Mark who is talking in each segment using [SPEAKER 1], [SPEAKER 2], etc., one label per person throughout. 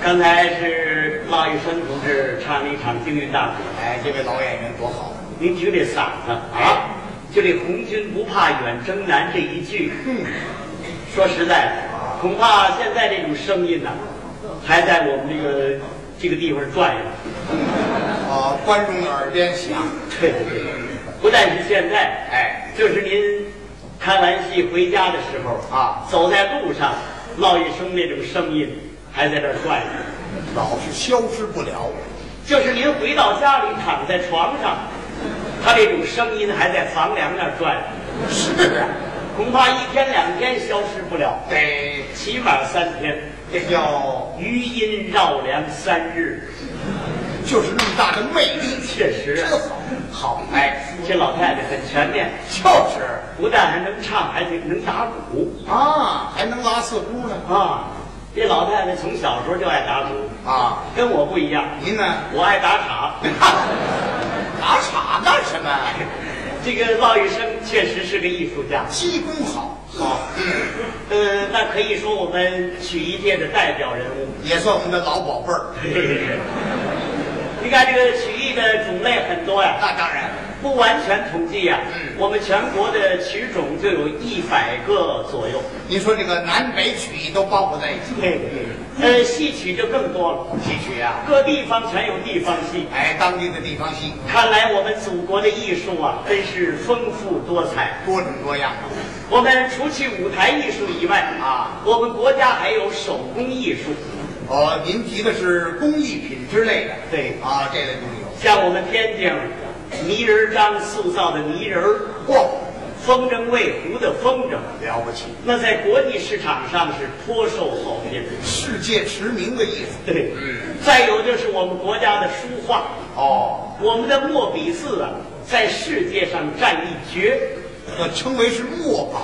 [SPEAKER 1] 刚才是阆玉生同志唱了一场京韵大鼓，
[SPEAKER 2] 哎，这位老演员多好！
[SPEAKER 1] 您听这嗓子啊，就这“红军不怕远征难”这一句，
[SPEAKER 2] 嗯，
[SPEAKER 1] 说实在的，恐怕现在这种声音呐、还在我们这个这个地方转悠。
[SPEAKER 2] 啊，观众的耳边响，
[SPEAKER 1] 对对对，不但是现在，
[SPEAKER 2] 哎，
[SPEAKER 1] 就是您看完戏回家的时候
[SPEAKER 2] 啊，
[SPEAKER 1] 走在路上，阆玉生那种声音还在这儿转悠。
[SPEAKER 2] 老是消失不了。
[SPEAKER 1] 就是您回到家里躺在床上，他这种声音还在房梁那儿转，
[SPEAKER 2] 是啊，
[SPEAKER 1] 恐怕一天两天消失不了，
[SPEAKER 2] 得
[SPEAKER 1] 起码三天。
[SPEAKER 2] 哎这叫
[SPEAKER 1] 余音绕梁三日，
[SPEAKER 2] 就是那么大的魅力，
[SPEAKER 1] 确实
[SPEAKER 2] 真好，
[SPEAKER 1] 好。哎，这老太太很全面，
[SPEAKER 2] 就是
[SPEAKER 1] 不但还能唱，还挺能打鼓
[SPEAKER 2] 啊，还能拉四胡呢
[SPEAKER 1] 啊。这老太太从小时候就爱打鼓，
[SPEAKER 2] 啊！
[SPEAKER 1] 跟我不一样，
[SPEAKER 2] 您呢？
[SPEAKER 1] 我爱打岔。
[SPEAKER 2] 打岔干什么？
[SPEAKER 1] 这个阆玉生确实是个艺术家。
[SPEAKER 2] 技工好，好，嗯，
[SPEAKER 1] 呃，那可以说我们曲艺界的代表人物。
[SPEAKER 2] 也算我们的老宝贝儿。
[SPEAKER 1] 你看这个曲艺的种类很多呀，
[SPEAKER 2] 那当然，
[SPEAKER 1] 不完全统计呀。
[SPEAKER 2] 嗯
[SPEAKER 1] 我们全国的曲种就有一百个左右。
[SPEAKER 2] 您说这个南北曲艺都包括在一起，
[SPEAKER 1] 嘿，呃，戏曲就更多了，
[SPEAKER 2] 戏曲啊，
[SPEAKER 1] 各地方全有地方戏。
[SPEAKER 2] 哎，当地的地方戏
[SPEAKER 1] 看来我们祖国的艺术啊，真是丰富多彩。
[SPEAKER 2] 多种多样啊。
[SPEAKER 1] 我们除去舞台艺术以外啊，我们国家还有手工艺术，
[SPEAKER 2] 哦，您提的是工艺品之类的，
[SPEAKER 1] 对
[SPEAKER 2] 啊，这类东西有。
[SPEAKER 1] 像我们天津泥人张塑造的泥人儿，
[SPEAKER 2] 嚯、
[SPEAKER 1] 风筝魏湖的风筝。
[SPEAKER 2] 了不起！
[SPEAKER 1] 那在国际市场上是颇受好评。
[SPEAKER 2] 世界驰名的艺术。
[SPEAKER 1] 对，
[SPEAKER 2] 嗯，
[SPEAKER 1] 再有就是我们国家的书画，
[SPEAKER 2] 哦，
[SPEAKER 1] 我们的莫比寺啊，在世界上占一绝。
[SPEAKER 2] 可称为是墨宝。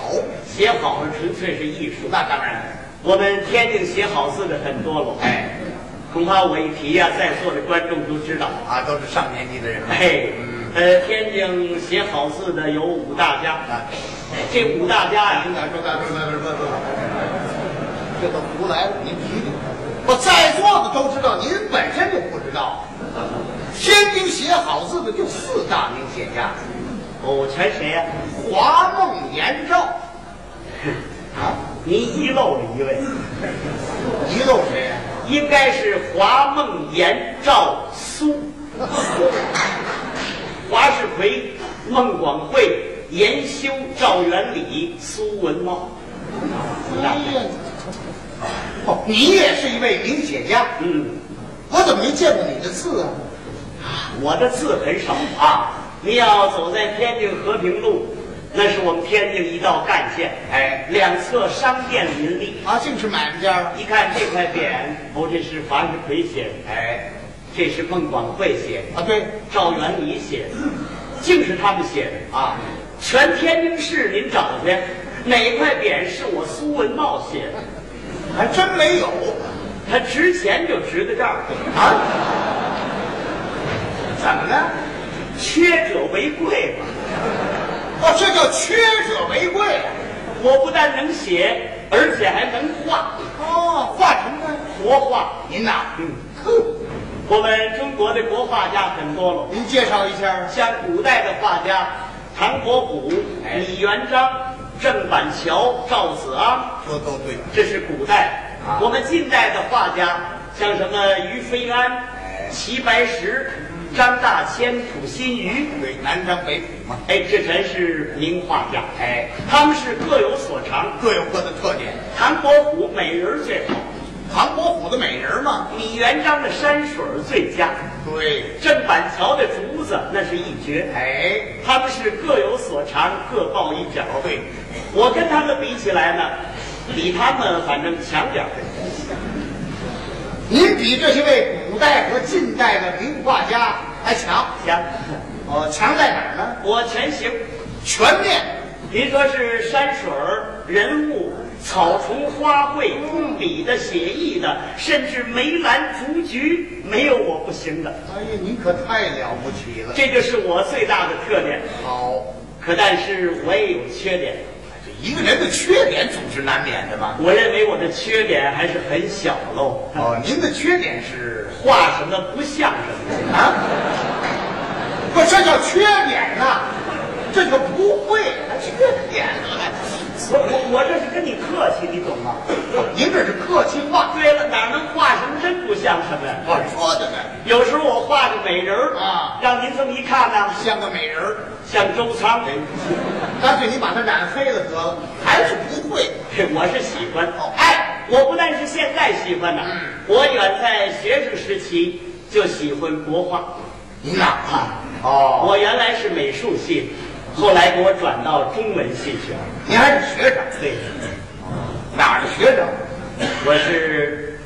[SPEAKER 1] 写好了纯粹是艺术，
[SPEAKER 2] 那当然，
[SPEAKER 1] 我们天津写好字的很多了，
[SPEAKER 2] 哎，
[SPEAKER 1] 恐怕我一提呀、在座的观众都知道。
[SPEAKER 2] 啊，都是上年纪的人了。
[SPEAKER 1] 哎
[SPEAKER 2] 嗯，
[SPEAKER 1] 呃，天津写好字的有五大家，
[SPEAKER 2] 啊，
[SPEAKER 1] 这五大家呀、
[SPEAKER 2] 您敢说大说大说大这都胡来了，您提提。我在座的都知道，您本身就不知道。天津写好字的就四大名写家：
[SPEAKER 1] 哦，全谁呀、
[SPEAKER 2] 华孟颜 赵。啊，
[SPEAKER 1] 您遗漏了一位，
[SPEAKER 2] 遗漏谁呀、
[SPEAKER 1] 应该是华孟颜赵苏。华世奎、孟广惠、严修、赵元礼、苏文茂。
[SPEAKER 2] 哎呀，哦，你也是一位名写家，
[SPEAKER 1] 嗯，
[SPEAKER 2] 我怎么没见过你的字啊？
[SPEAKER 1] 我的字很少啊。你要走在天津和平路，那是我们天津一道干线，
[SPEAKER 2] 哎，
[SPEAKER 1] 两侧商店林立。
[SPEAKER 2] 啊，净是买卖家了。
[SPEAKER 1] 一看这块匾，哦，这是华世奎写的，
[SPEAKER 2] 哎，
[SPEAKER 1] 这是孟广惠写的，
[SPEAKER 2] 啊对，
[SPEAKER 1] 赵元礼写的，竟是他们写的。
[SPEAKER 2] 啊，
[SPEAKER 1] 全天津市您找去，哪块匾是我苏文茂写的？
[SPEAKER 2] 还真没有
[SPEAKER 1] 它值钱就值在这儿，
[SPEAKER 2] 啊？怎么了？
[SPEAKER 1] 缺者为贵嘛。
[SPEAKER 2] 哦，这叫缺者为贵啊！
[SPEAKER 1] 我不但能写，而且还能画，
[SPEAKER 2] 哦，画什么呢？
[SPEAKER 1] 国画。
[SPEAKER 2] 您呐，
[SPEAKER 1] 嗯，
[SPEAKER 2] 哼，
[SPEAKER 1] 我们中国的国画家很多了，
[SPEAKER 2] 您介绍一下。
[SPEAKER 1] 像古代的画家唐伯虎、
[SPEAKER 2] 哎
[SPEAKER 1] 李元璋、郑板桥、赵子昂，
[SPEAKER 2] 说都对，
[SPEAKER 1] 这是古代。
[SPEAKER 2] 啊
[SPEAKER 1] 我们近代的画家，像什么于飞安
[SPEAKER 2] 哎、
[SPEAKER 1] 齐白石、张大千、溥心畬，
[SPEAKER 2] 对，南张北楚嘛，
[SPEAKER 1] 哎，这全是名画家。
[SPEAKER 2] 哎，
[SPEAKER 1] 他们是各有所长。
[SPEAKER 2] 各有各的特点。
[SPEAKER 1] 唐伯虎美人儿最好。
[SPEAKER 2] 唐伯虎的美人嘛，
[SPEAKER 1] 李元璋的山水儿最佳，
[SPEAKER 2] 对，
[SPEAKER 1] 郑板桥的竹子那是一绝。
[SPEAKER 2] 哎，
[SPEAKER 1] 他们是各有所长，各抱一角。
[SPEAKER 2] 哦对，
[SPEAKER 1] 我跟他们比起来呢，比他们反正强点儿。
[SPEAKER 2] 您比这些位古代和近代的名画家还强，
[SPEAKER 1] 强，
[SPEAKER 2] 哦，强在哪儿呢？
[SPEAKER 1] 我全行。
[SPEAKER 2] 全面。
[SPEAKER 1] 您说是山水儿、人物、草丛、花卉、工笔的、写意的，甚至梅兰竹菊，没有我不行的。
[SPEAKER 2] 哎呀，您可太了不起了！
[SPEAKER 1] 这就是我最大的特点。
[SPEAKER 2] 好，
[SPEAKER 1] 可但是我也有缺点，
[SPEAKER 2] 这一个人的缺点总是难免的吧？
[SPEAKER 1] 我认为我的缺点还是很小喽，
[SPEAKER 2] 哦，您的缺点是
[SPEAKER 1] 画什么不像什么。
[SPEAKER 2] 啊？不，这叫缺点呐、这叫不会，还缺点了
[SPEAKER 1] 我我我这是跟你客气，你懂吗？
[SPEAKER 2] 您这是客气话，
[SPEAKER 1] 对了，哪能画什么真不像什么呀？
[SPEAKER 2] 我说的呢，
[SPEAKER 1] 有时候我画个美人儿
[SPEAKER 2] 啊
[SPEAKER 1] 让您这么一看呢、
[SPEAKER 2] 像个美人儿。
[SPEAKER 1] 像周仓。
[SPEAKER 2] 哎干脆你把它染黑了得了，还是不会。
[SPEAKER 1] 嘿 我是喜欢
[SPEAKER 2] 哦。嗯
[SPEAKER 1] 哎，我不但是现在喜欢呢，我远在学生时期就喜欢国画。
[SPEAKER 2] 您哪儿啊？哦，
[SPEAKER 1] 我原来是美术系，后来给我转到中文系去了。
[SPEAKER 2] 您还是学长，
[SPEAKER 1] 对，
[SPEAKER 2] 哪儿的学长？
[SPEAKER 1] 我是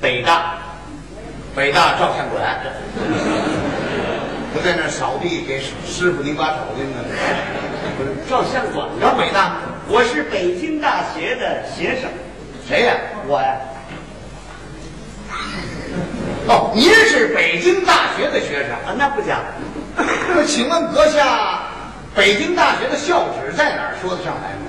[SPEAKER 1] 北大。
[SPEAKER 2] 北大照相馆。我在那儿扫地，给师傅您把手巾呢。不是，
[SPEAKER 1] 照相馆
[SPEAKER 2] 你知道北大
[SPEAKER 1] 我是北京大学的学生。
[SPEAKER 2] 谁呀、
[SPEAKER 1] 我啊呀，
[SPEAKER 2] 哦，您是北京大学的学生。
[SPEAKER 1] 啊，那不假。
[SPEAKER 2] 那么请问阁下，北京大学的校址在哪儿？说得上来吗？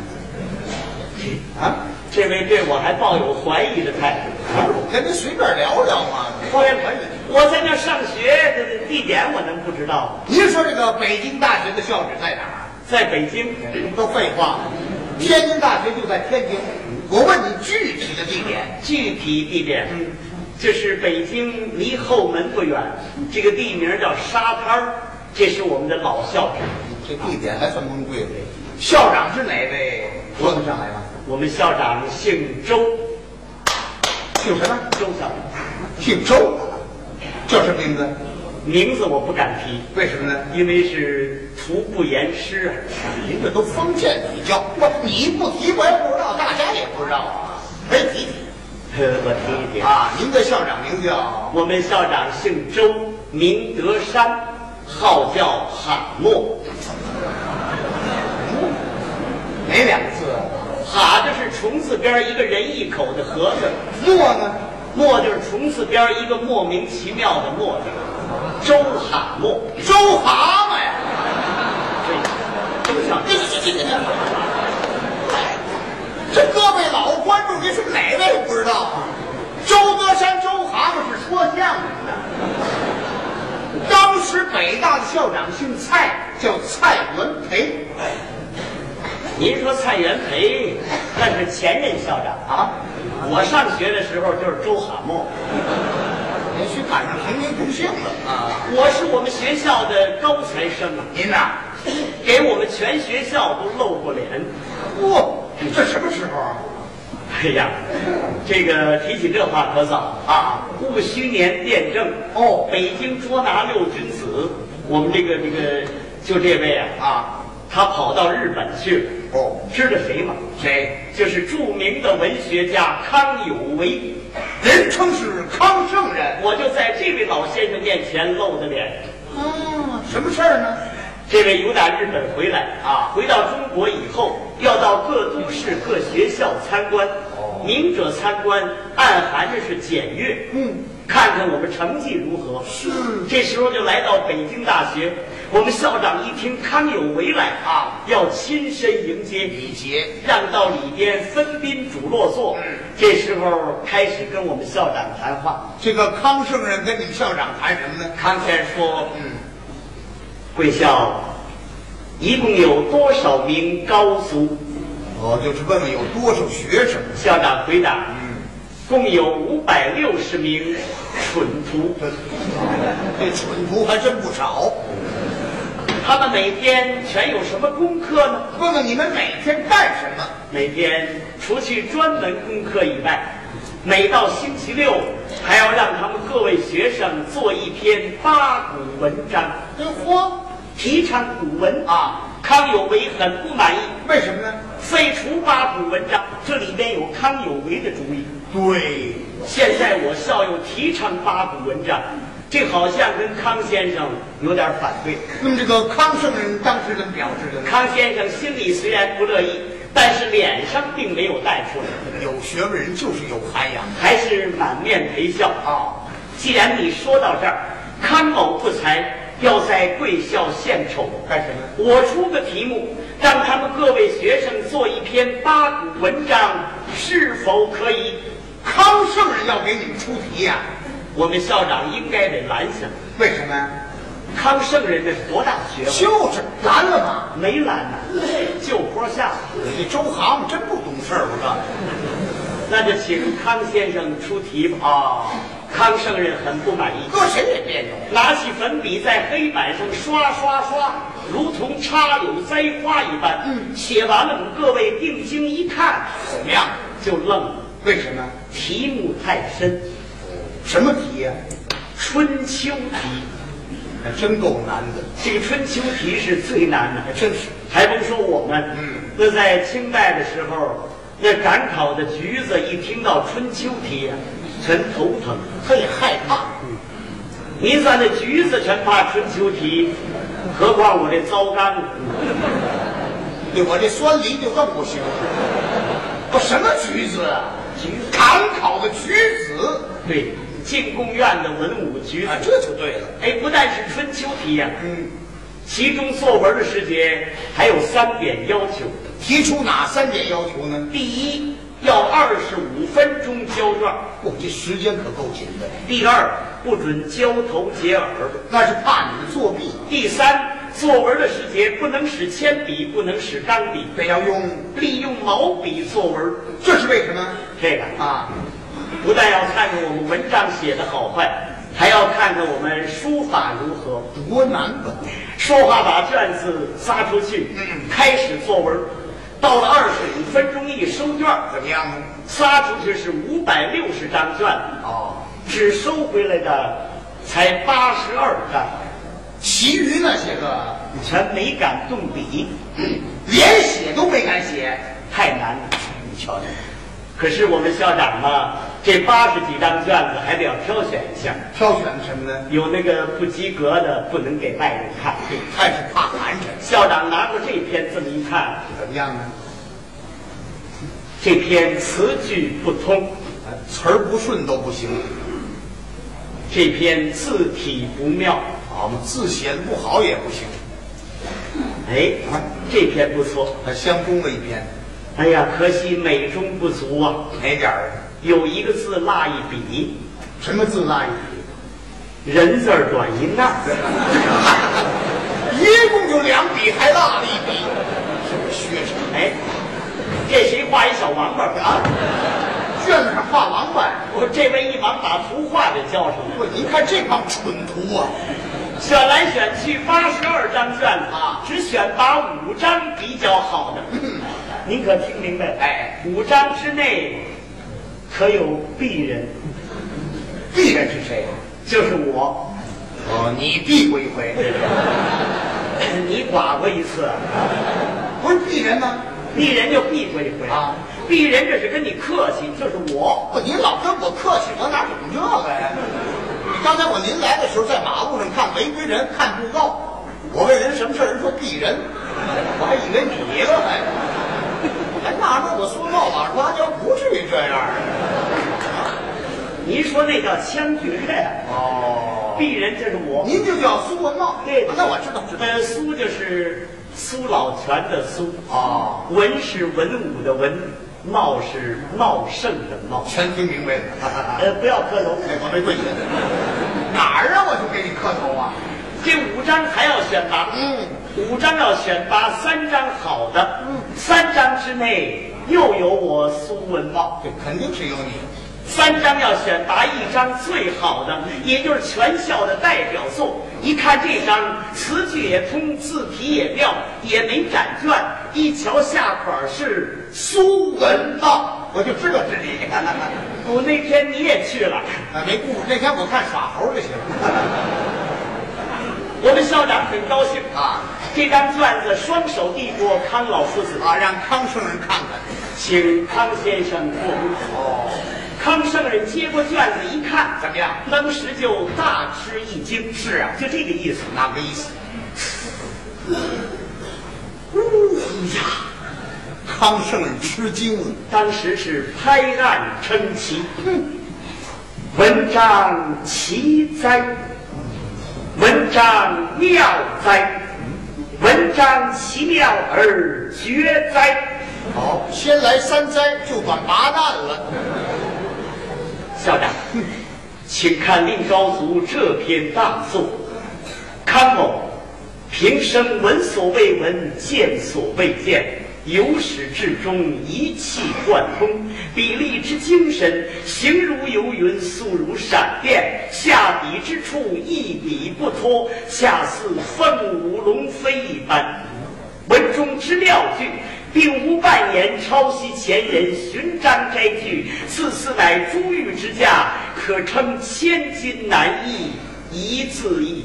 [SPEAKER 2] 啊，
[SPEAKER 1] 这位对我还抱有怀疑的态度。
[SPEAKER 2] 我跟您随便聊聊嘛，
[SPEAKER 1] 后
[SPEAKER 2] 后
[SPEAKER 1] 来
[SPEAKER 2] 来可以。
[SPEAKER 1] 我在那儿上学，这个地点我能不知道吗？
[SPEAKER 2] 您说这个北京大学的校址在哪儿？
[SPEAKER 1] 在北京。
[SPEAKER 2] 都废话，天津大学就在天津。我问你具体的地点，
[SPEAKER 1] 具体地点，就是北京离后门不远，这个地名叫沙滩儿，这是我们的老校址。
[SPEAKER 2] 这地点还算蒙贵的。校长是哪位？说得上来吗？
[SPEAKER 1] 我们校长姓周，
[SPEAKER 2] 姓什么？
[SPEAKER 1] 周校长，
[SPEAKER 2] 姓周，叫什么名字？
[SPEAKER 1] 名字我不敢提，
[SPEAKER 2] 为什么呢？
[SPEAKER 1] 因为是徒不言师啊。
[SPEAKER 2] 您这都封建礼教，不，你不提我也不知道，大家也不知道啊。没提
[SPEAKER 1] 呵我提一点，
[SPEAKER 2] 啊，您的校长名叫
[SPEAKER 1] 我们校长姓周，名德山，号叫罕诺。
[SPEAKER 2] 哪两个字？啊
[SPEAKER 1] 哈就是虫字边一个人一口的盒子，
[SPEAKER 2] 墨呢？
[SPEAKER 1] 莫就是虫字边一个莫名其妙的莫字，周罕诺。
[SPEAKER 2] 周蛤蟆呀。
[SPEAKER 1] 对，周校
[SPEAKER 2] 这这这这这，这各位老观众，您是哪位不知道啊？周德山、周蛤蟆是说相声的。当时北大的校长姓蔡，叫蔡元培
[SPEAKER 1] 您说蔡元培那是前任校长啊，
[SPEAKER 2] 啊。
[SPEAKER 1] 我上学的时候就是周哈蟆，
[SPEAKER 2] 也许赶上平民不幸了啊。
[SPEAKER 1] 我是我们学校的高材生啊，
[SPEAKER 2] 您呐，
[SPEAKER 1] 给我们全学校都露过脸。
[SPEAKER 2] 嚯、这什么时候啊？
[SPEAKER 1] 哎呀，这个提起这话可早
[SPEAKER 2] 啊！
[SPEAKER 1] 戊戌年辩证
[SPEAKER 2] 哦
[SPEAKER 1] 北京捉拿六君子，我们这个这个就这位啊
[SPEAKER 2] 啊，
[SPEAKER 1] 他跑到日本去了，
[SPEAKER 2] 哦，
[SPEAKER 1] 知道谁吗？
[SPEAKER 2] 谁？
[SPEAKER 1] 就是著名的文学家康有为。
[SPEAKER 2] 人称是康圣人。
[SPEAKER 1] 我就在这位老先生面前露的脸。
[SPEAKER 2] 嗯，什么事儿呢？
[SPEAKER 1] 这位由打日本回来
[SPEAKER 2] 啊
[SPEAKER 1] 回到中国以后，要到各都市、各学校参观。
[SPEAKER 2] 哦
[SPEAKER 1] 明者参观，暗含着是检阅，
[SPEAKER 2] 嗯，
[SPEAKER 1] 看看我们成绩如何。
[SPEAKER 2] 是
[SPEAKER 1] 这时候就来到北京大学。我们校长一听康有为来
[SPEAKER 2] 啊，
[SPEAKER 1] 要亲身迎接，
[SPEAKER 2] 李杰。
[SPEAKER 1] 让到里边分宾主落座。
[SPEAKER 2] 嗯
[SPEAKER 1] 这时候开始跟我们校长谈话。
[SPEAKER 2] 这个康圣人跟你们校长谈什么呢？
[SPEAKER 1] 康先生说。
[SPEAKER 2] 嗯，
[SPEAKER 1] 贵校一共有多少名高足？
[SPEAKER 2] 哦，就是问问有多少学生。
[SPEAKER 1] 校长回答：共有五百六十名蠢徒，
[SPEAKER 2] 这蠢徒还真不少。
[SPEAKER 1] 他们每天全有什么功课呢？
[SPEAKER 2] 问问你们每天干什么？
[SPEAKER 1] 每天除去专门功课以外，每到星期六还要让他们各位学生做一篇八股文章，
[SPEAKER 2] 跟嚯，
[SPEAKER 1] 提倡古文
[SPEAKER 2] 啊。
[SPEAKER 1] 康有为很不满意，
[SPEAKER 2] 为什么呢？
[SPEAKER 1] 废除八股文章，这里边有康有为的主意。
[SPEAKER 2] 对，
[SPEAKER 1] 现在我校又提倡八股文章，这好像跟康先生有点反对。
[SPEAKER 2] 那么这个康圣人当时怎么表示的呢？
[SPEAKER 1] 康先生心里虽然不乐意，但是脸上并没有带出来，
[SPEAKER 2] 有学问人就是有涵养
[SPEAKER 1] 还是满面陪笑。
[SPEAKER 2] 啊。
[SPEAKER 1] 既然你说到这儿，康某不才要在贵校献丑，
[SPEAKER 2] 干什么？
[SPEAKER 1] 我出个题目，让他们各位学生做一篇八股文章，是否可以？
[SPEAKER 2] 康圣人要给你们出题呀、
[SPEAKER 1] 我们校长应该得拦下。
[SPEAKER 2] 为什么呀？
[SPEAKER 1] 康圣人那是多大学问？
[SPEAKER 2] 就是拦了嘛。
[SPEAKER 1] 没拦呢、就坡下。
[SPEAKER 2] 这周蛤蟆真不懂事儿，我告诉你。
[SPEAKER 1] 那就请康先生出题吧。啊，康圣人很不满意，
[SPEAKER 2] 搁谁也别扭。
[SPEAKER 1] 拿起粉笔在黑板上刷刷刷，如同插柳栽花一般。嗯，写完了，我们各位定睛一看，
[SPEAKER 2] 怎么样？
[SPEAKER 1] 就愣了。
[SPEAKER 2] 为什么？
[SPEAKER 1] 题目太深，
[SPEAKER 2] 什么题呀、
[SPEAKER 1] 春秋题。
[SPEAKER 2] 还真够难的，
[SPEAKER 1] 这个春秋题是最难的，
[SPEAKER 2] 还真是。
[SPEAKER 1] 还甭说我们，
[SPEAKER 2] 嗯，
[SPEAKER 1] 那在清代的时候，那赶考的橘子一听到春秋题呀、全头疼。
[SPEAKER 2] 他也害怕，
[SPEAKER 1] 您算那橘子全怕春秋题，何况我这糟干呢？
[SPEAKER 2] 对我这酸梨就更不行了。我什么橘子啊？
[SPEAKER 1] 橘子
[SPEAKER 2] 赶考的橘子
[SPEAKER 1] 对，进贡院的文武橘子，
[SPEAKER 2] 啊这就对了。
[SPEAKER 1] 哎，不但是春秋题呀、
[SPEAKER 2] 嗯，
[SPEAKER 1] 其中作文的时节还有三点要求：
[SPEAKER 2] 提出哪三点要求呢？
[SPEAKER 1] 第一，要二十五分钟交卷；
[SPEAKER 2] 我、这时间可够紧的，
[SPEAKER 1] 第二，不准交头接耳；
[SPEAKER 2] 那是怕你们作弊，
[SPEAKER 1] 第三，作文的时节不能使铅笔，不能使钢笔，
[SPEAKER 2] 得要用，
[SPEAKER 1] 利用毛笔作文。
[SPEAKER 2] 这是为什么
[SPEAKER 1] 这个
[SPEAKER 2] 啊？
[SPEAKER 1] 不但要看看我们文章写的好坏，还要看看我们书法如何。
[SPEAKER 2] 多难吧？
[SPEAKER 1] 说话把卷子撒出去，
[SPEAKER 2] 嗯
[SPEAKER 1] 开始作文。到了二十五分钟一收卷，
[SPEAKER 2] 怎么样呢？
[SPEAKER 1] 撒出去是五百六十张卷，
[SPEAKER 2] 哦，
[SPEAKER 1] 只收回来的才八十二张，
[SPEAKER 2] 其余那些个
[SPEAKER 1] 全没敢动笔，
[SPEAKER 2] 连写都没敢写，
[SPEAKER 1] 太难了。
[SPEAKER 2] 你瞧瞧，
[SPEAKER 1] 可是我们校长啊，这八十几张卷子还得要挑选一下，
[SPEAKER 2] 挑选的什么呢？
[SPEAKER 1] 有那个不及格的不能给外人看。
[SPEAKER 2] 还是怕寒碜，
[SPEAKER 1] 校长拿过这篇这么一看，
[SPEAKER 2] 怎么样呢？
[SPEAKER 1] 这篇词句不通，
[SPEAKER 2] 啊词儿不顺都不行，
[SPEAKER 1] 这篇字体不妙。
[SPEAKER 2] 好嘛，啊字写的不好也不行。
[SPEAKER 1] 哎，这篇不错。
[SPEAKER 2] 还相中了一篇，
[SPEAKER 1] 哎呀，可惜美中不足啊，
[SPEAKER 2] 哪点儿？
[SPEAKER 1] 有一个字落一笔，
[SPEAKER 2] 什么字落一
[SPEAKER 1] 人字儿短一捺。
[SPEAKER 2] 笔？一共就两笔，还落了一笔，什么学生？
[SPEAKER 1] 哎，这谁画一小王八啊？
[SPEAKER 2] 卷子上画王八，
[SPEAKER 1] 我这边一忙把图画给交上来了。
[SPEAKER 2] 我一看这帮蠢徒啊，
[SPEAKER 1] 选来选去，八十二张卷子
[SPEAKER 2] 啊
[SPEAKER 1] 只选拔五张比较好的。您可听明白了？
[SPEAKER 2] 嗯哎，
[SPEAKER 1] 五张之内可有鄙人，
[SPEAKER 2] 鄙人是谁呀、啊
[SPEAKER 1] 就是 我。
[SPEAKER 2] 哦，你避过一回，
[SPEAKER 1] 你寡过一次，
[SPEAKER 2] 不是鄙人吗？
[SPEAKER 1] 鄙人就避过一回
[SPEAKER 2] 啊。
[SPEAKER 1] 鄙人这是跟你客气，就是我。
[SPEAKER 2] 我哦您老跟我客气，我哪懂这个呀？刚才我临来的时候，在马路上看违规人，看布告，我问人什么事儿，人说鄙人，我还以为你了，还还纳入我说闹马花椒，不至于这样啊。
[SPEAKER 1] 您说那叫枪决呀？
[SPEAKER 2] 哦，
[SPEAKER 1] 鄙人就是我。
[SPEAKER 2] 您就叫苏文茂，
[SPEAKER 1] 对
[SPEAKER 2] 啊那我知道知道。
[SPEAKER 1] 呃，苏就是苏老泉的苏，
[SPEAKER 2] 哦，
[SPEAKER 1] 文是文武的文，茂是茂盛的茂。
[SPEAKER 2] 全听明白了。哎
[SPEAKER 1] 呃，不要磕头。
[SPEAKER 2] 我没跪下，哪儿啊？我就给你磕头啊！
[SPEAKER 1] 这五张还要选拔，
[SPEAKER 2] 嗯，
[SPEAKER 1] 五张要选拔三张好的，嗯，三张之内又有我苏文茂，
[SPEAKER 2] 这肯定是有你，
[SPEAKER 1] 三张要选拔一张最好的，也就是全校的代表作。一看这张词句也通，字体也妙，也没展卷，一瞧下款是苏文茂。
[SPEAKER 2] 我就知道是你。
[SPEAKER 1] 我那天你也去了，
[SPEAKER 2] 啊，没顾那天我看耍猴就行
[SPEAKER 1] 我们校长很高兴。
[SPEAKER 2] 啊
[SPEAKER 1] 这张卷子双手递过康老夫子，
[SPEAKER 2] 啊，让康圣人看看。
[SPEAKER 1] 请康先生过目。
[SPEAKER 2] 哦，
[SPEAKER 1] 康圣人接过卷子一看，
[SPEAKER 2] 怎么样
[SPEAKER 1] 当时就大吃一惊。
[SPEAKER 2] 是啊
[SPEAKER 1] 就这个意思。
[SPEAKER 2] 那个意思。哎呀，康圣人吃惊了，
[SPEAKER 1] 当时是拍案称奇，文章奇哉，文章妙哉，文章奇妙而绝哉。
[SPEAKER 2] 好，先来三灾，就管八难了。
[SPEAKER 1] 校长，请看令高祖这篇大作。康某平生闻所未闻，见所未见，由始至终一气贯通，比例之精神，形如游云，速如闪电，下笔之处一笔不脱，恰似凤舞龙飞一般。文中之妙句，并无半言抄袭前人寻章摘句，次次乃珠玉之价，可称千金难易一字易。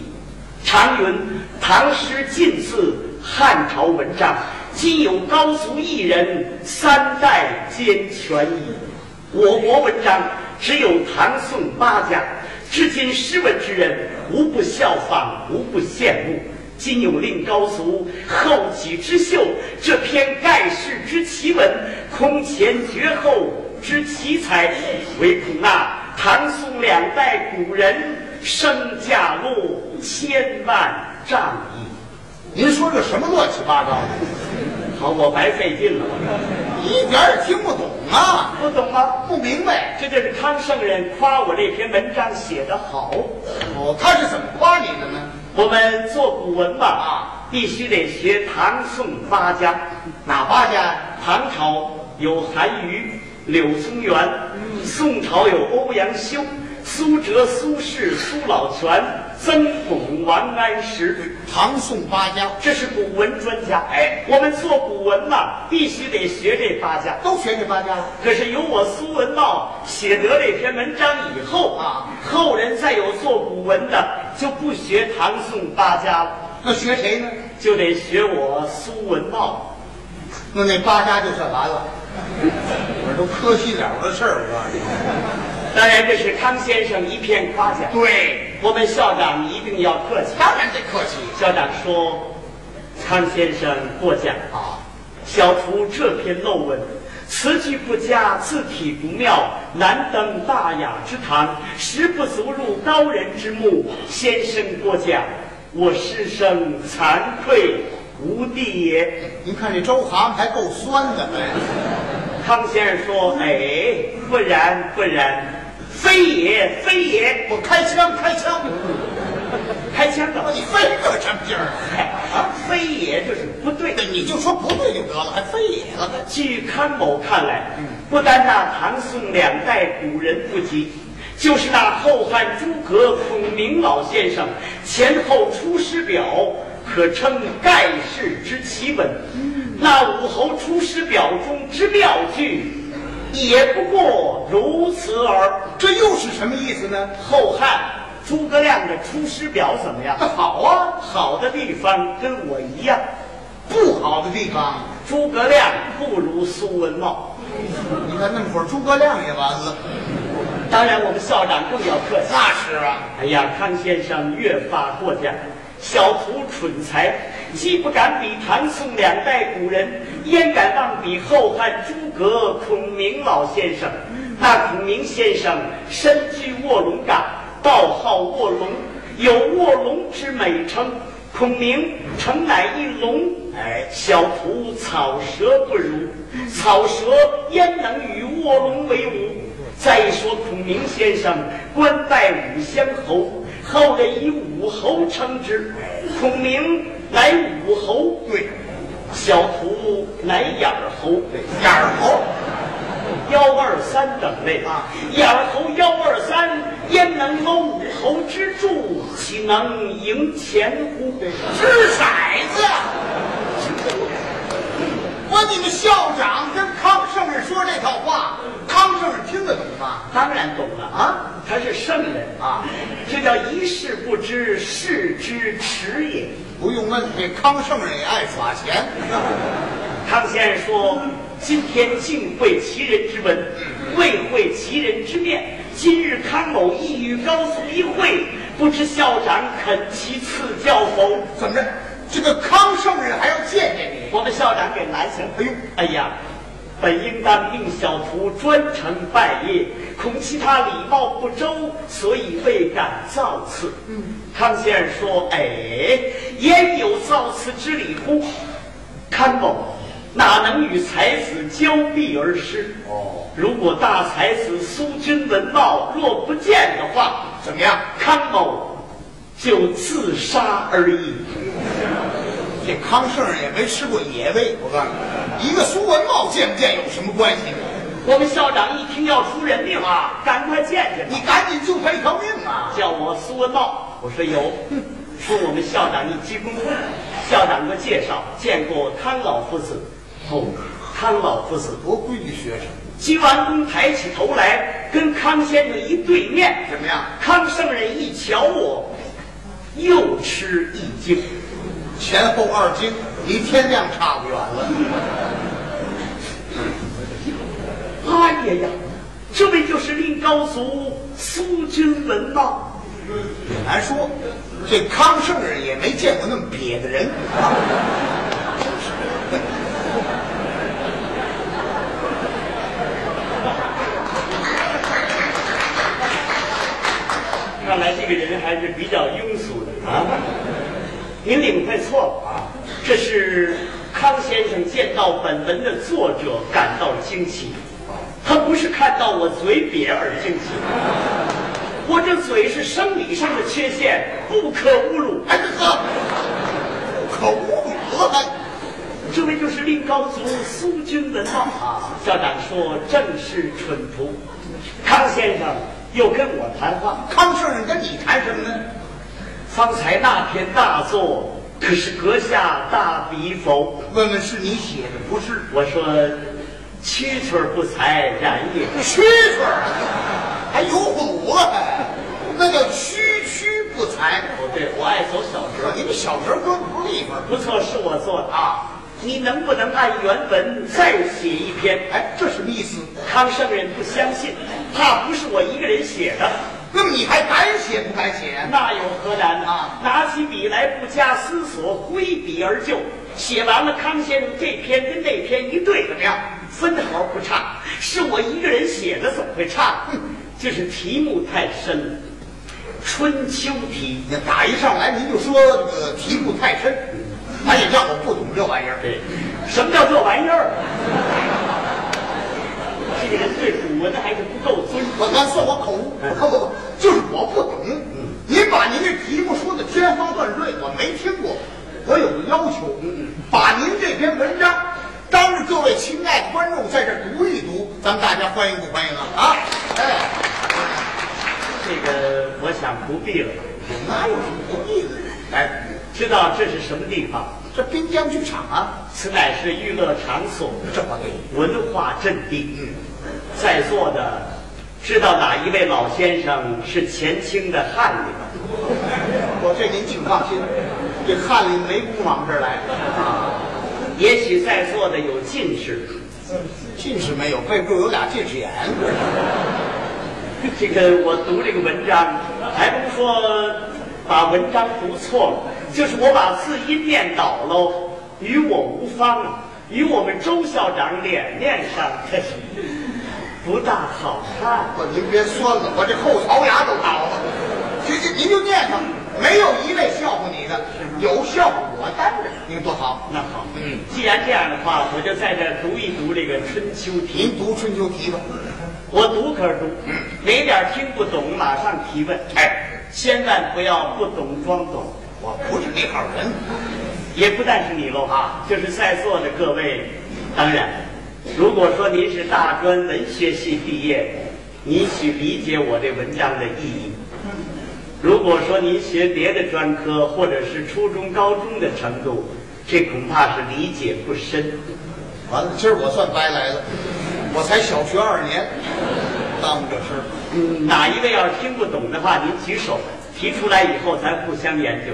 [SPEAKER 1] 常云唐诗近似汉朝文章，今有高俗一人，三代皆全矣。我国文章只有唐宋八家，至今诗文之人无不效仿，无不羡慕。今有令高俗，后起之秀，这篇盖世之奇文，空前绝后之奇才，唯恐那唐宋两代古人身价落千万丈矣。
[SPEAKER 2] 您说这什么乱七八糟的？
[SPEAKER 1] 好，我白费劲了，我
[SPEAKER 2] 一点儿也听不懂啊，
[SPEAKER 1] 这不懂吗？
[SPEAKER 2] 不明白。
[SPEAKER 1] 这就是康圣人夸我这篇文章写得好。
[SPEAKER 2] 哦，他是怎么夸你的呢？
[SPEAKER 1] 我们做古文吧，
[SPEAKER 2] 啊
[SPEAKER 1] 必须得学唐宋八家。
[SPEAKER 2] 哪八家呀？
[SPEAKER 1] 唐朝有韩愈、柳宗元，
[SPEAKER 2] 嗯
[SPEAKER 1] 宋朝有欧阳修、苏辙、苏轼、苏老泉、曾巩、王安石，
[SPEAKER 2] 唐宋八家
[SPEAKER 1] 这是古文专家。哎，我们做古文嘛，必须得学这八家。
[SPEAKER 2] 都学这八家，
[SPEAKER 1] 可是由我苏文茂写得这篇文章以后
[SPEAKER 2] 啊，
[SPEAKER 1] 后人再有做古文的就不学唐宋八家了，
[SPEAKER 2] 那学谁呢？
[SPEAKER 1] 就得学我苏文茂。
[SPEAKER 2] 那那八家就算完了。我这都可惜了的事儿，我告诉你。
[SPEAKER 1] 当然，这是康先生一片夸奖。
[SPEAKER 2] 对，
[SPEAKER 1] 我们校长一定要客气。
[SPEAKER 2] 当然得客气
[SPEAKER 1] 校长说：“康先生过奖，
[SPEAKER 2] 啊。
[SPEAKER 1] 小徒这篇漏文，词句不佳，字体不妙，难登大雅之堂，实不足入高人之目。先生过奖，我师生惭愧无地也。
[SPEAKER 2] 您看这周蛤蟆还够酸的，哎，”
[SPEAKER 1] 康先生说：“哎，不然不然，非也非也，
[SPEAKER 2] 我开枪开枪，
[SPEAKER 1] 开枪
[SPEAKER 2] 那
[SPEAKER 1] 了。
[SPEAKER 2] 你非个什么劲儿？
[SPEAKER 1] 哎”非也就是不对的，
[SPEAKER 2] 你就说不对就得了，还非也了？
[SPEAKER 1] 据康某看来，不单那唐宋两代古人不及，就是那后汉诸葛孔明老先生前后出师表，可称盖世之奇文。那武侯出师表中之妙句，也不过如此耳。
[SPEAKER 2] 这又是什么意思呢？
[SPEAKER 1] 后汉诸葛亮的出师表怎么样？
[SPEAKER 2] 好啊，
[SPEAKER 1] 好的地方跟我一样，
[SPEAKER 2] 不好的地方，
[SPEAKER 1] 诸葛亮不如苏文茂。
[SPEAKER 2] 你看那么会儿诸葛亮也完了，
[SPEAKER 1] 当然，我们校长更要客气。
[SPEAKER 2] 那是啊，
[SPEAKER 1] 哎呀，康先生越发过奖，小徒蠢才，既不敢比唐宋两代古人，焉敢妄比后汉诸葛孔明老先生？那孔明先生身居卧龙岗，道号卧龙，有卧龙之美称。孔明诚乃一龙，哎，小徒草蛇不如，草蛇焉能与卧龙为伍？再说孔明先生官拜武乡侯，后人以武侯称之。孔明乃武侯，
[SPEAKER 2] 对，
[SPEAKER 1] 小徒乃眼儿侯，
[SPEAKER 2] 眼儿猴，
[SPEAKER 1] 幺二三等类
[SPEAKER 2] 啊。
[SPEAKER 1] 眼儿侯幺二三，焉能有武侯之助？岂能赢前乎？
[SPEAKER 2] 掷骰子。我你们校长跟康圣人说这套话，康圣人听得懂吗？
[SPEAKER 1] 当然懂了啊，他是圣人啊，这叫一事不知，事之迟也。
[SPEAKER 2] 不用问，这康圣人也爱耍钱。
[SPEAKER 1] 康先生说：“今天敬会其人之文，未会其人之面。今日康某意与高俗一会，不知校长肯其赐教否
[SPEAKER 2] 怎么着？这个康圣人还要见见你？？”
[SPEAKER 1] 我们校长给拦下了。
[SPEAKER 2] 哎呦，
[SPEAKER 1] 哎呀，本应当令小徒专程拜谒，恐其他礼貌不周，所以未敢造次。嗯，康先生说：“哎，焉有造次之理乎？看某哪能与才子交臂而失？
[SPEAKER 2] 哦，
[SPEAKER 1] 如果大才子苏君文茂若不见的话，
[SPEAKER 2] 怎么样？
[SPEAKER 1] 康某就自杀而已。
[SPEAKER 2] 这康圣人也没吃过野味，我告诉你，一个苏文茂见不见有什么关系？
[SPEAKER 1] 我们校长一听要出人命啊，赶快见见
[SPEAKER 2] 你赶紧救他一条命啊！
[SPEAKER 1] 叫我苏文茂，我说有，说我们校长一鞠躬，校长给我介绍见过康老夫子，哦，康老夫子
[SPEAKER 2] 多规矩学生，
[SPEAKER 1] 鞠完躬抬起头来，跟康先生一对面，
[SPEAKER 2] 怎么样？
[SPEAKER 1] 康圣人一瞧我，又吃一惊，
[SPEAKER 2] 前后二斤，离天亮差不远了。
[SPEAKER 1] 哎呀呀，这位就是令高祖苏君文茂。
[SPEAKER 2] 很难说，这康圣人也没见过那么瘪的人。
[SPEAKER 1] 看来这个人还是比较庸俗的啊。您领会错了啊，这是康先生见到本文的作者感到惊奇，啊他不是看到我嘴瘪而惊奇，我这嘴是生理上的缺陷，不可侮辱。
[SPEAKER 2] 哎呵，可侮辱了还。
[SPEAKER 1] 这位就是令高祖苏君文茂啊。校长说正是蠢徒，康先生又跟我谈话。
[SPEAKER 2] 康圣人跟你谈什么呢？
[SPEAKER 1] 方才那篇大作，可是阁下大笔否？
[SPEAKER 2] 问问是你写的不是？
[SPEAKER 1] 我说，蛐蛐儿不才然也。
[SPEAKER 2] 蛐蛐儿，还油葫芦了还？那叫区区不才。
[SPEAKER 1] 哦，对，我爱走小
[SPEAKER 2] 说
[SPEAKER 1] 折。
[SPEAKER 2] 你们小时候根本不是一分儿。
[SPEAKER 1] 不错，是我做的
[SPEAKER 2] 啊。
[SPEAKER 1] 你能不能按原文再写一篇？
[SPEAKER 2] 哎，这什么意思？
[SPEAKER 1] 康圣人不相信，怕不是我一个人写的，
[SPEAKER 2] 那么你还敢写不敢写？
[SPEAKER 1] 那有何难
[SPEAKER 2] 啊？
[SPEAKER 1] 拿起笔来，不加思索，挥笔而就。写完了康先生这篇跟那篇一对，怎么样？分毫不差，是我一个人写的，怎么会差？哼，就是题目太深了，春秋题。
[SPEAKER 2] 你打一上来您就说这个题目太深，哎呀，让我不懂这玩意儿。
[SPEAKER 1] 对，什么叫这玩意儿？这个人对古文还是不够尊重。
[SPEAKER 2] 我刚算我口误，不不不，就是我不懂。您把您这题目说的天花乱坠，我没听过。我有个要求，把您这篇文章当着各位亲爱的观众在这儿读一读，咱们大家欢迎不欢迎啊？啊，哎，
[SPEAKER 1] 这个我想不必了，
[SPEAKER 2] 哪有什么不必的？哎，
[SPEAKER 1] 知道这是什么地方？
[SPEAKER 2] 这滨江剧场啊，
[SPEAKER 1] 此乃是娱乐场所。
[SPEAKER 2] 这不对，
[SPEAKER 1] 文化阵地。嗯，在座的知道哪一位老先生是前清的翰林吗？
[SPEAKER 2] 我这您请放心，这翰林没工夫往这儿来，
[SPEAKER 1] 也许在座的有进士，
[SPEAKER 2] 近视没有，背部有俩近视眼。
[SPEAKER 1] 这个我读这个文章，还不是说把文章读错了，就是我把字音念倒喽，与我无方啊，与我们周校长脸面上不大好看。
[SPEAKER 2] 不，您别酸了，我这后槽牙都倒了。这这，您就念吧，没有一位笑话你的，有笑话我担着，您多好。
[SPEAKER 1] 那好，
[SPEAKER 2] 嗯，
[SPEAKER 1] 既然这样的话，我就在这儿读一读这个《春秋》题。
[SPEAKER 2] 您读春秋题吧。
[SPEAKER 1] 我读可是读，哪点儿听不懂马上提问，
[SPEAKER 2] 哎，
[SPEAKER 1] 千万不要不懂装懂，
[SPEAKER 2] 我不是那号人，
[SPEAKER 1] 也不但是你喽啊，就是在座的各位。当然，如果说您是大专文学系毕业，您许理解我这文章的意义；如果说您学别的专科或者是初中、高中的程度，这恐怕是理解不深。
[SPEAKER 2] 完了，今儿我算白来了，我才小学二年，耽误这事儿。
[SPEAKER 1] 嗯，哪一位要是听不懂的话，您举手，提出来以后咱互相研究。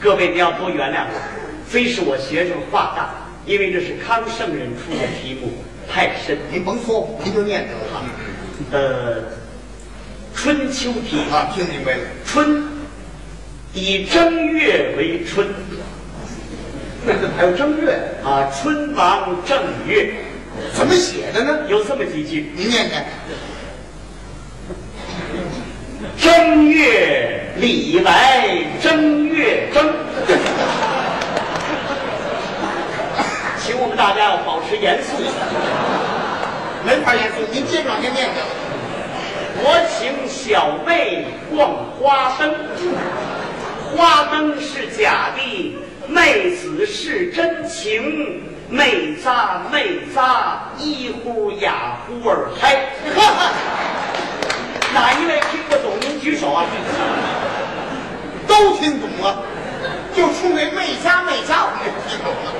[SPEAKER 1] 各位，您要多原谅我，非是我学生话大，因为这是康圣人出的题目，太深。
[SPEAKER 2] 您甭说，您就念得了。
[SPEAKER 1] 呃，春秋题，
[SPEAKER 2] 啊，听明白了。
[SPEAKER 1] 春以正月为春
[SPEAKER 2] 还有正月，
[SPEAKER 1] 啊，春王正月，
[SPEAKER 2] 怎么写的呢？
[SPEAKER 1] 有这么几句：
[SPEAKER 2] 您念念。
[SPEAKER 1] 正月李白正月正。请我们大家要保持严肃。
[SPEAKER 2] 没法严肃，您接着往下念去。
[SPEAKER 1] 我请小妹逛花灯，花灯是假的，妹子是真情。妹扎妹扎，一呼雅呼儿嗨。 哪一位听得懂？您举手啊！
[SPEAKER 2] 都听懂了，就冲那媚家媚家我没听懂了。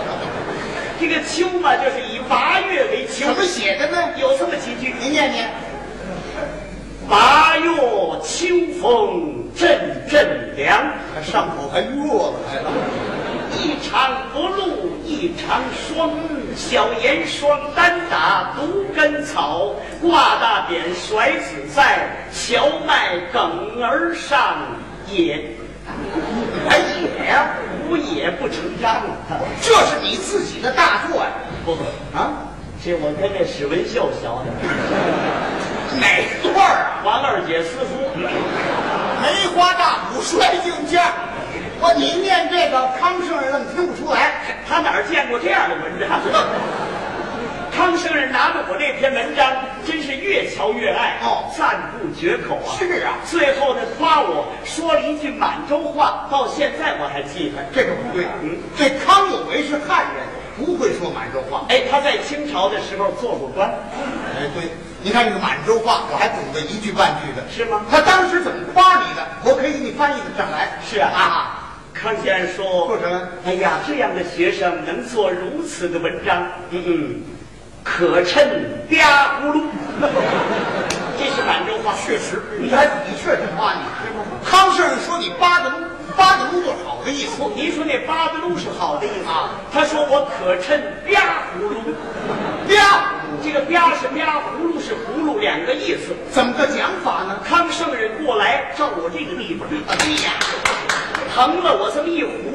[SPEAKER 1] 这个秋嘛，就是以八月为秋
[SPEAKER 2] 怎，么写的呢？
[SPEAKER 1] 有这么几句：
[SPEAKER 2] 您念念。
[SPEAKER 1] 八月秋风阵阵凉，
[SPEAKER 2] 上口还弱了，
[SPEAKER 1] 一场不露一场霜。小檐霜单打独根草，挂大扁甩子在，荞麦梗而上也
[SPEAKER 2] 还野呀、
[SPEAKER 1] 无也不成章 啊！
[SPEAKER 2] 这是你自己的大作呀、
[SPEAKER 1] 不不，
[SPEAKER 2] 啊！
[SPEAKER 1] 这我跟那史文秀学的，
[SPEAKER 2] 哪段儿啊？啊
[SPEAKER 1] 王二姐私夫，
[SPEAKER 2] 梅花大鼓摔镜架。我你念这个，康圣人愣听不出来。
[SPEAKER 1] 他哪儿见过这样的文章？ 康生人拿着我那篇文章，真是越瞧越爱
[SPEAKER 2] 哦
[SPEAKER 1] 赞不绝口啊！
[SPEAKER 2] 是啊
[SPEAKER 1] 最后他夸我说了一句满洲话，到现在我还记得。
[SPEAKER 2] 这个不对，
[SPEAKER 1] 嗯
[SPEAKER 2] 这康有为是汉人，不会说满洲话。
[SPEAKER 1] 哎，他在清朝的时候做过官，
[SPEAKER 2] 哎，对，你看这个满洲话，我还懂得一句半句的，
[SPEAKER 1] 是吗
[SPEAKER 2] 他当时怎么夸你的，我可以给你翻译的上来。
[SPEAKER 1] 是啊
[SPEAKER 2] 啊，
[SPEAKER 1] 康先生
[SPEAKER 2] 说
[SPEAKER 1] 说
[SPEAKER 2] 什么？：“
[SPEAKER 1] 哎呀，这样的学生能做如此的文章，嗯嗯，可趁嗲咕噜。” 这是满洲话，
[SPEAKER 2] 确实，你还的确是夸你。康圣人说你八个撸，八个撸就是好的意思。
[SPEAKER 1] 我您说那八个噜是好的意思
[SPEAKER 2] 啊？
[SPEAKER 1] 他说我可趁吧葫芦，
[SPEAKER 2] 呀，
[SPEAKER 1] 这个吧是吧，葫芦是葫芦，两个意思。
[SPEAKER 2] 怎么个讲法呢？啊
[SPEAKER 1] 康圣人过来照我这个地方，
[SPEAKER 2] 哎呀，
[SPEAKER 1] 疼了我这么一葫